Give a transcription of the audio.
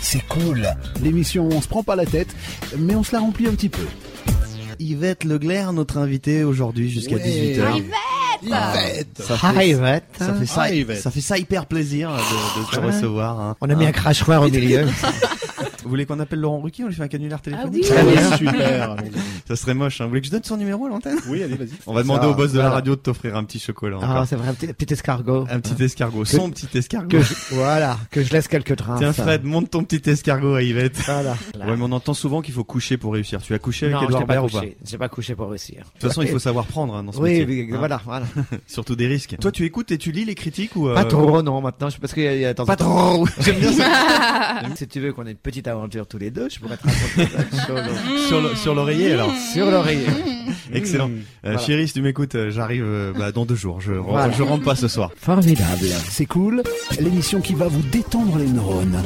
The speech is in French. c'est cool. L'émission où on se prend pas la tête, mais on se la remplit un petit peu. Yvette Leglaire, notre invitée aujourd'hui jusqu'à Ouais. 18h. Yvette Yvette Ça fait, Yvette. ça, fait ça, Ah, Yvette. ça fait ça hyper plaisir de, de te recevoir. hein. On a mis un crachoir au milieu. Vous voulez qu'on appelle Laurent Ruquier On lui fait un canulaire téléphonique Ah oui, super. allons-y. Ça serait moche. Hein. Vous voulez que je donne son numéro à l'antenne Oui, allez, vas-y. On va demander Ça, au boss de la voilà. radio de t'offrir un petit chocolat. Ah, encore. c'est vrai, un petit, petit escargot. un petit escargot. Son petit escargot. Que je- voilà, que je laisse quelques traces. Tiens Fred, monte ton petit escargot à Yvette. Voilà. Ouais, mais on entend souvent qu'il faut coucher pour réussir. Tu as couché avec non, je Edouard t'ai pas Baird ou pas De couché. J'ai pas couché pour réussir. De toute façon, il faut savoir prendre hein, dans ce Oui, métier. oui, Hein, voilà, voilà. Surtout des risques. Toi, tu écoutes et tu lis les critiques ou euh, Pas trop, non, maintenant, je- parce qu'il y a, il y a de temps en Pas temps- trop. J'aime bien ça. Si tu veux qu'on ait une petite aventure tous les deux, je pourrais te raconter plein de choses. sur le- sur l'oreiller Mmh. alors. Sur l'oreille. Excellent. Euh, Mmh. Voilà. Chérie, si tu m'écoutes, euh, j'arrive euh, bah, dans deux jours. Je, Voilà. je rentre pas ce soir. Formidable. C'est cool, l'émission qui va vous détendre les neurones.